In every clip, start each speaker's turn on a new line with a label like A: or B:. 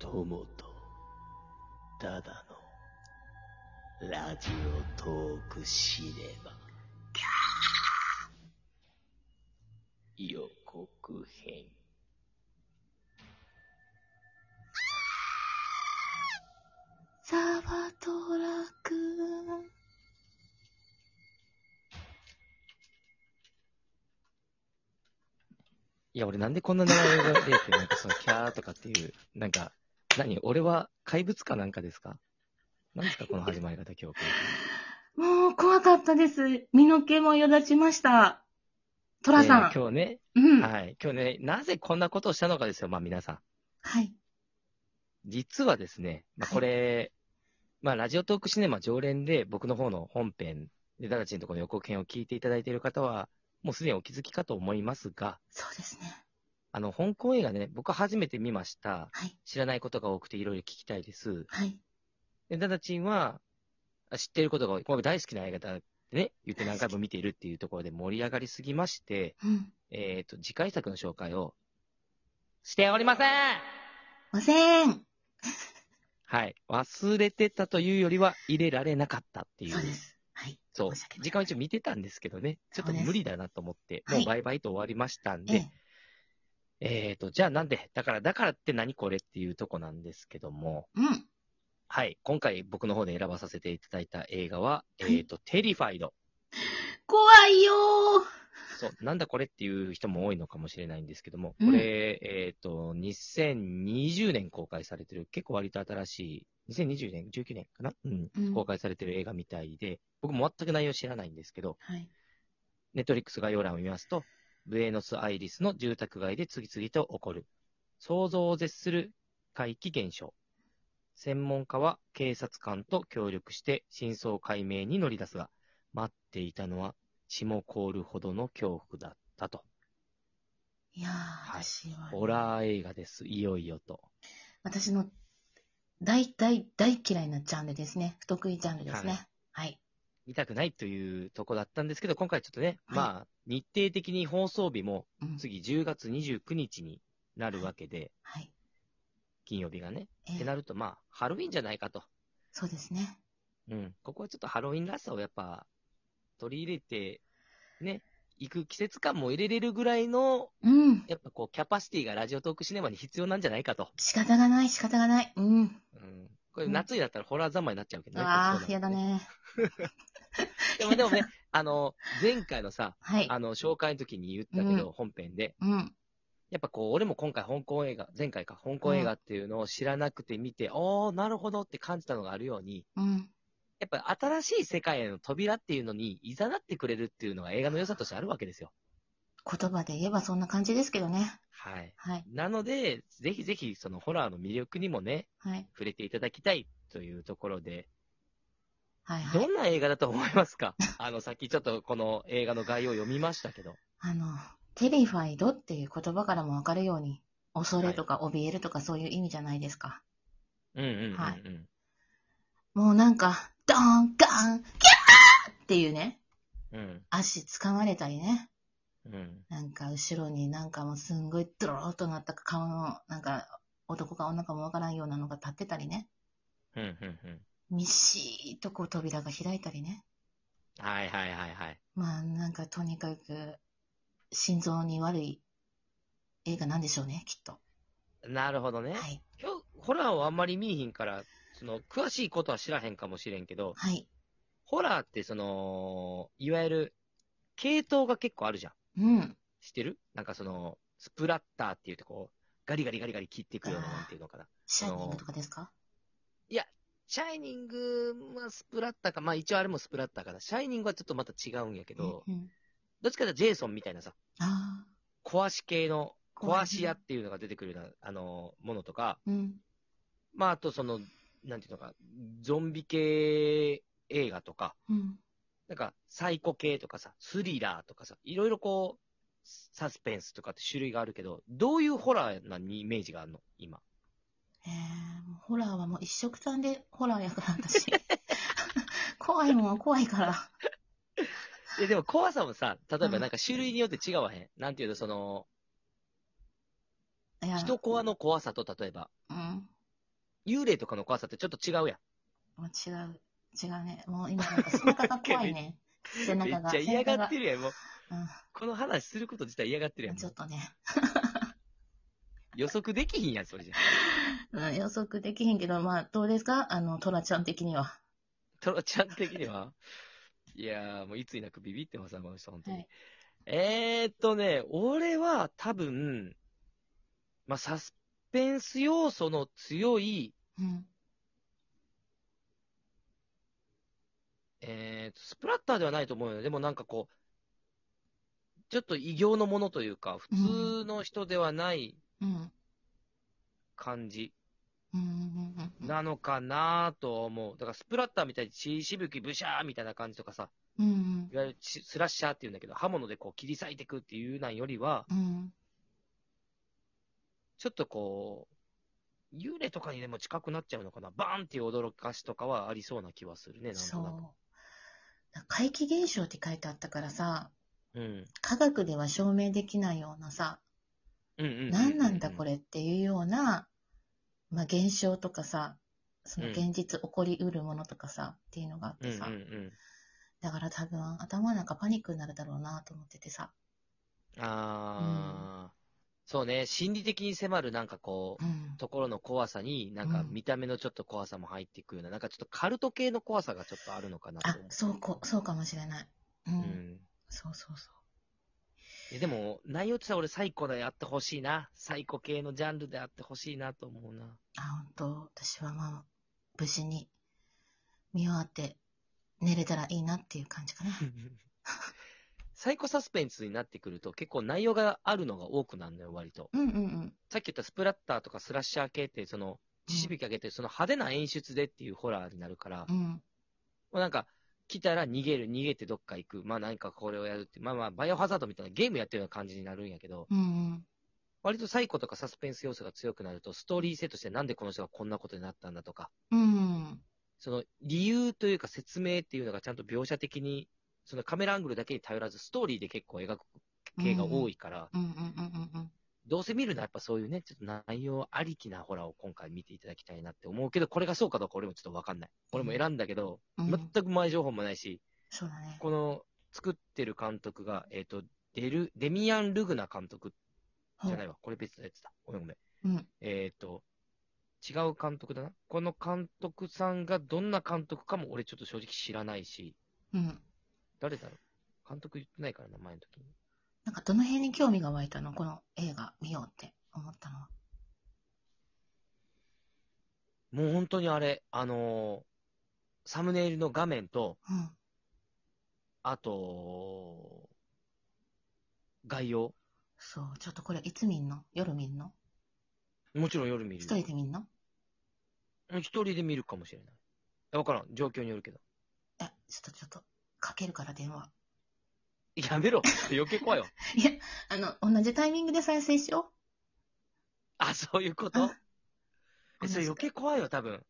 A: 友と、ただの、ラジオトークシネマ。予告編。
B: ザバトラク
C: いや、俺なんでこんな名前が出て、なんかそのキャーとかっていう、なんか、何俺は怪物かなんかですか何ですかこの始まり方今日。
B: もう怖かったです。身の毛もよだちました。トラさ
C: え
B: ん。
C: ー今日ね、
B: うん。はい。
C: はい。今日ね、なぜこんなことをしたのかですよ、まあ皆さん。実はですね、まあこれ、まあラジオトークシネマ常連で僕の方の本編、で、ダダチのところの予告編を聞いていただいている方は、もうすでにお気づきかと思いますが、
B: そうですね。
C: あの、香港映画ね、僕は初めて見ました。
B: はい。
C: 知らないことが多くていろいろ聞きたいです。
B: はい。
C: で、ダダチンは、あ知ってることが多い、僕大好きな映画だってね、言って何回も見ているっていうところで盛り上がりすぎまして、
B: うん。
C: えっ、と、次回作の紹介を、しておりません
B: ません。
C: はい。忘れてたというよりは、入れられなかったっていう。
B: そうです。はい。
C: そう
B: 申し訳ない
C: 時間を一応見てたんですけどね、ちょっと
B: そうです
C: 無理だなと思って、
B: はい
C: もうバイバイと終わりましたん
B: え
C: で
B: え、。
C: えっ、と、じゃあなんで、だから、だからって何これっていうとこなんですけども、
B: うん。
C: はい。今回僕の方で選ばさせていただいた映画は、えっ、
B: い
C: と、テリファイド。
B: 怖いよ
C: そう、なんだこれっていう人も多いのかもしれないんですけども、
B: うん
C: これ、えっ、と、2020年公開されてる、結構割と新しい、2020年、19年かなうん。
B: ー。うん
C: 公開されてる映画みたいで、僕も全く内容知らないんですけど、
B: はい。
C: ネットリックス概要欄を見ますと、ブエノスアイリスの住宅街で次々と起こる、想像を絶する怪奇現象。専門家は警察官と協力して真相解明に乗り出すが、待っていたのは血も凍るほどの恐怖だったと。
B: いやー、
C: い
B: 私は、
C: ホラー映画です、いよいよと。
B: 私の大大大嫌いなジャンルですね。不得意ジャンルですね。はい。
C: 見たくないというとこだったんですけど、今回ちょっとね、
B: はい
C: まあ、日程的に放送日も
B: うん。
C: 次10月29日になるわけで、
B: はい。
C: 金曜日がね。
B: ええ
C: ってなると、まあ、ハロウィンじゃないかと。
B: そうですね。
C: うん。ここはちょっとハロウィンらしさをやっぱ、取り入れて、ね、行く季節感も入れれるぐらいの、
B: うん。
C: やっぱこう、キャパシティがラジオトークシネマに必要なんじゃないかと。
B: 仕方がない、仕方がない。うん。
C: うん。これ夏になったらホラー三昧になっちゃうけどね。
B: あ
C: こっ
B: あ、
C: ちの
B: や
C: 方
B: だ
C: が。
B: ね。
C: でもでもね、あの、前回のさ、
B: はい。
C: あの、紹介の時に言ったけど、本編で。
B: うん。
C: やっぱこう、俺も今回香港映画、前回か、香港映画っていうのを知らなくて見て、おー、なるほどって感じたのがあるように、
B: うん。
C: やっぱ新しい世界への扉っていうのに、いざなってくれるっていうのが映画の良さとしてあるわけですよ。
B: 言葉で言えばそんな感じですけどね。
C: はい。
B: はい。
C: なので、ぜひぜひ、そのホラーの魅力にもね、
B: はい。
C: 触れていただきたいというところで、
B: はい、は
C: ど
B: い。
C: んな映画だと思いますか あの、さっきちょっとこの映画の概要を読みましたけど。
B: あの、テリファイドっていう言葉からもわかるように、恐れとか怯えるとかそういう意味じゃないですか。
C: うんうんうん、うん。
B: はいもうなんか、ドーン、ガーン、キャーっていうね、
C: うん。
B: 足掴まれたりね、
C: うん。
B: なんか後ろになんかもうすんごいドローっとなった顔の、なんか男か女かもわからんようなのが立ってたりね、
C: うんうんうん。
B: みっしーっとこう扉が開いたりね。
C: はいはいはいはい。
B: まあなんかとにかく、心臓に悪い映画なんでしょうね、きっと。
C: なるほどね。
B: はい。
C: 今日、ホラーをあんまり見えひんから、その、詳しいことは知らへんかもしれんけど、
B: はい。
C: ホラーってその、いわゆる、系統が結構あるじゃん。
B: うん。
C: 知ってるなんかその、スプラッターって言ってこう、ガリガリガリガリ切っていくような、
B: あー
C: なんていうのかな。
B: シャイニングとかですか
C: シャイニング、まあ、スプラッターか、まあ一応あれもスプラッターかな。シャイニングはちょっとまた違うんやけど、
B: うんうん、
C: どっちかというとジェイソンみたいなさ、
B: あ
C: 壊し系の、
B: 壊
C: 壊
B: し
C: し屋っていうのが出てくるような、あの、ものとか、
B: あ、うん。
C: まああとその、なんていうのか、ゾンビ系映画とか、
B: うん。
C: なんか、サイコ系とかさ、スリラーとかさ、いろいろこう、サスペンスとかって種類があるけど、どういうホラーなにイメージがあるの今。
B: えー、もうホラーはもう一色たんでホラーやから 私。怖いもんは怖いから。
C: え、でも怖さもさ、例え
B: う
C: ば
B: ん
C: なんか種類によって違わへん。なんていうの、その、
B: いや
C: 人コアの怖さと、例えば、
B: うん。
C: 幽霊とかの怖さってちょっと違うやん。
B: もう違う。違うね。もう今なんか背中が怖 いね。背
C: めっ
B: 中が。
C: ちゃ嫌がって
B: る。
C: るやん。もう、
B: うん
C: この話すること自体嫌がってるやん。
B: ちょっとね、
C: 予測できひんやん、それじゃ。
B: うん、予測できへんけど、まあ、どうですかあの、トラちゃん的には。
C: トロちゃん的にはいやー、もういつになくビビってます、あの人、本当に。
B: はい
C: えーっとね、俺は多分、まあ、サスペンス要素の強い、
B: うん。
C: えーっと、スプラッターではないと思うよ。でもなんかこう、ちょっと異形のものというか、普通の人ではない
B: うん。
C: 感じ
B: うんうん。うんうん。
C: なのかなと思う。だからスプラッターみたいに血しぶきブシャーみたいな感じとかさ、
B: うん
C: いわゆる血スラッシャーって言うんだけど、刃物でこう切り裂いていくっていうなんよりは、
B: うん。うん。
C: ちょっとこう、幽霊とかにでも近くなっちゃうのかな、バーンっていう驚かしとかはありそうな気はするね、なん
B: そ
C: と
B: う
C: なく。。
B: 怪奇現象って書いてあったからさ、
C: うん。
B: 科学では証明できないようなさ、
C: うんうんうんうん。
B: 何なんだこ
C: れ。
B: れっていうような、まあ、現象とかさ、その現実起こりうるものとかさ、っていうのがあっ
C: うんう
B: て
C: ん
B: さ、
C: う
B: だから多分頭なんかパニックになるだろうなと思っててさ、
C: ん。ああ、そうね、心理的に迫るなんかこ
B: う
C: う、
B: ん、
C: ところの怖さに、なんか
B: うん
C: 見た目のちょっと怖さも入っていくような、なんかちょっとカルト系の怖さがちょっとあるのかなと
B: あ
C: 思う。
B: そうこそうかもしれない、うん
C: うん。
B: そうそうそ
C: えでも、内容としては俺サイコであってほしいな。サイコ系のジャンルであってほしいなと思うな。
B: うあ本当私はまあ無事に見終わって寝れたらいいなっていう感じかな
C: サイコサスペンスになってくると結構内容があるのが多くなるのよ、割と。
B: うんうんうん
C: さっき言ったスプラッターとかスラッシャー系って、その、血しびき上げて、その派手な演出でっていうホラーになるから、も
B: うん
C: うなんか、来たら逃げる、逃げてどっか行く、まあなんかこれをやるって、まあまあ、バイオハザードみたいなゲームやってるような感じになるんやけど、
B: うんうん
C: 割とサイコとかサスペンス要素が強くなると、ストーリー性としてなんでこの人がこんなことになったんだとか、
B: うん
C: その理由というか説明っていうのがちゃんと描写的に、そのカメラアングルだけに頼らず、ストーリーで結構描く系が多いから、
B: うんうんうんうん
C: どうせ見るのはやっぱそういうね、ちょっと内容ありきなホラーを今回見ていただきたいなって思うけど、これがそうかどうか俺もちょっとわかんない。俺も選んだけど、
B: うんうん
C: 全く前情報もないし、
B: そうだね
C: この作ってる監督が、えっ、と、デル、デミアン・ルグナ監督じゃないわ。これ別のやつだ。ごめんごめん。
B: うん
C: えっ、と、違う監督だな。この監督さんがどんな監督かも俺ちょっと正直知らないし、
B: うん
C: 誰だろう監督言ってないからな、前の時に。
B: なんかどの辺に興味が湧いたのこの映画見ようって思ったのは
C: もう本当にあれ、あのーサムネイルの画面と、
B: うん
C: あと、概要。
B: そうちょっとこれいつ見んの夜見んの
C: もちろん夜見る
B: 一
C: よ。
B: 人で見んの
C: うん一人で見るかもしれない。えわからん。状況によるけど。
B: えちょっとちょっとかけるから電話
C: やめろ余計怖いわ。
B: いや、あの、同じタイミングで再生しよ
C: あ、そういうこと
B: う。
C: え、それ余計怖いよ、多分。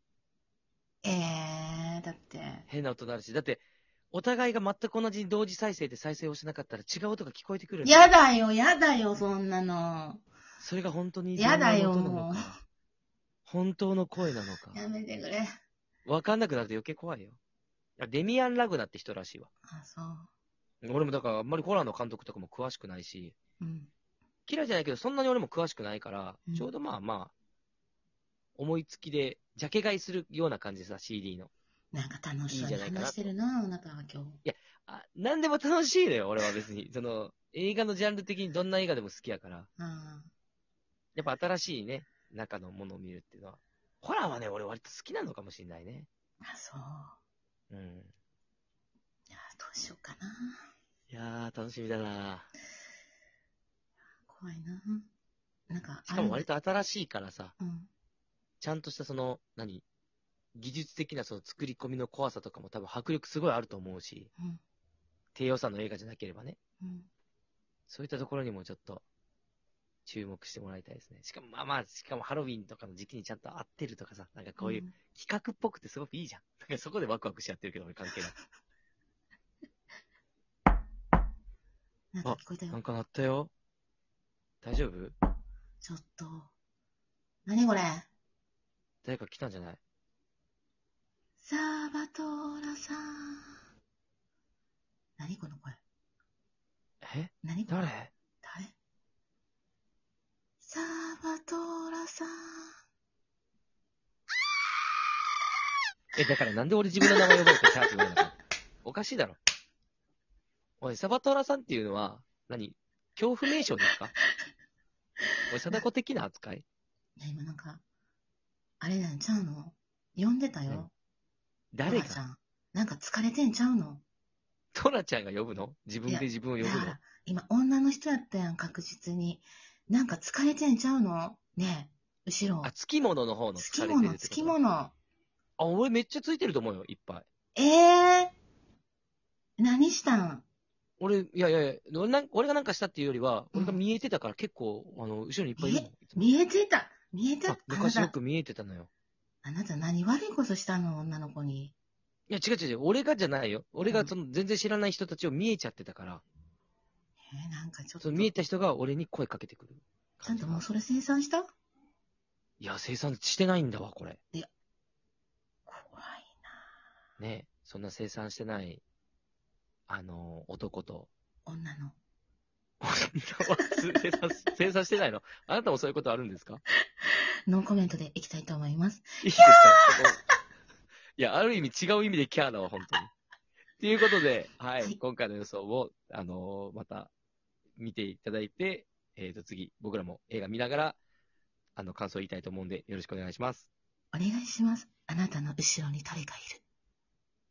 B: ええー、だって、
C: 変な音なるし。だって、お互いが全く同じに同時再生で再生をしなかったら違う音が聞こえて くるんだよ
B: やだよ、やだよ、そんなの。
C: それが本当に
B: やだよ
C: 電話の音なのか
B: も
C: 本当の声なのか。
B: やめてくれ。
C: わかんなくなると余計怖いよ。あデミアン・ラグナって人らしいわ。
B: あ、そう。
C: 俺もだからあんまりホラーの監督とかも詳しくないし、
B: うん。
C: 嫌いじゃないけどそんなに俺も詳しくないから、
B: うん
C: ちょうどまあまあ、思いつきで、ジャケ買いするような感じでさ、CD の。
B: なんか楽しそう
C: いいんじ
B: に
C: ゃないかな
B: 話してるな、あなたは今日。
C: あ、なんでも楽しいのよ、俺は別に。 その、映画のジャンル的にどんな映画でも好きやから、
B: うん。
C: やっぱ新しいね、中のものを見るっていうのは。ホラーはね、俺割と好きなのかもしれないね。
B: あ、そう。
C: うん。
B: いや、どうしようかな。
C: いやー、楽しみだな
B: 怖いな。なんか、
C: しかも割と新しいからさ、
B: あるうん。
C: ちゃんとしたその、何技術的なその作り込みの怖さとかも多分迫力すごいあると思うし、
B: うん。
C: 低予算の映画じゃなければね。
B: うん。
C: そういったところにもちょっと、注目してもらいたいですね。しかもまあまあ、しかもハロウィンとかの時期にちゃんと合ってるとかさ、なんかこういう
B: うん
C: 企画っぽくてすごくいいじゃん。なんかそこでワクワクしちゃってるけど俺関係ない。
B: なんか聞こえた
C: なん
B: よ。
C: か鳴ったよ。大丈夫
B: ちょっと。何これ
C: 誰か来たんじゃない
B: サバトラさん。何この声
C: え
B: 何この
C: 誰
B: 誰サバトラさん。
C: え、だからなんで俺自分の名 前覚えてキャーって言わなかったおかしいだろ。おい、サバトラさんっていうのは、何恐怖名称ですかおい、貞子的な扱い
B: いや、今なんか、あれなんちゃうの呼んでたよ。
C: 誰
B: トラちゃ
C: が
B: ん。なんか疲れてんちゃうの
C: トラちゃんが呼ぶの自分で自分を呼ぶ
B: な
C: の
B: あ今女の人やったやん、確実に。なんか疲れてんちゃうのねえ、後ろ
C: あ、。つきものの方の
B: つ
C: 疲
B: き
C: れ
B: も
C: てるっ
B: の、
C: て
B: つ
C: こ
B: き
C: と
B: もの。
C: あ、俺めっちゃついてると思うよ、いっぱい。
B: ええー、何したん
C: 俺、いやいやいや、俺なん俺がなんかしたっていうよりは、
B: うん
C: 俺が見えてたから結構、あの、後ろにいっぱいいるの。いつも
B: 見えてた見えてた
C: あ昔よく見えてたのよ。
B: あなた何悪いことしたの女の子に。
C: いや、違う違う違う、俺がじゃないよ。俺
B: う
C: が
B: ん
C: その全然知らない人たちを見えちゃってたから、
B: えーなんかちょっ
C: そ
B: と。
C: の見えた人が俺に声かけてくる
B: ちゃ
C: 感
B: ん
C: じ
B: と
C: が。
B: もうそれ生産した
C: いや、生産してないんだわ、これ。
B: 怖い。
C: ね。そんな生産してない、あのー男と。
B: 女の。
C: 生産し、生産してないのあなたもそういうことあるんですか
B: ノーコメントでいきたいと思います。
C: いいですかそこいや、ある意味違う意味でキャーだわ、本当に。ということで、はい、
B: はい
C: 今回の予想を、あのーまた、見ていただいて、えーと、次、僕らも映画見ながら、あの、感想を言いたいと思うんで、よろしくお願いします。
B: お願いします。あなたの後ろに誰かいる。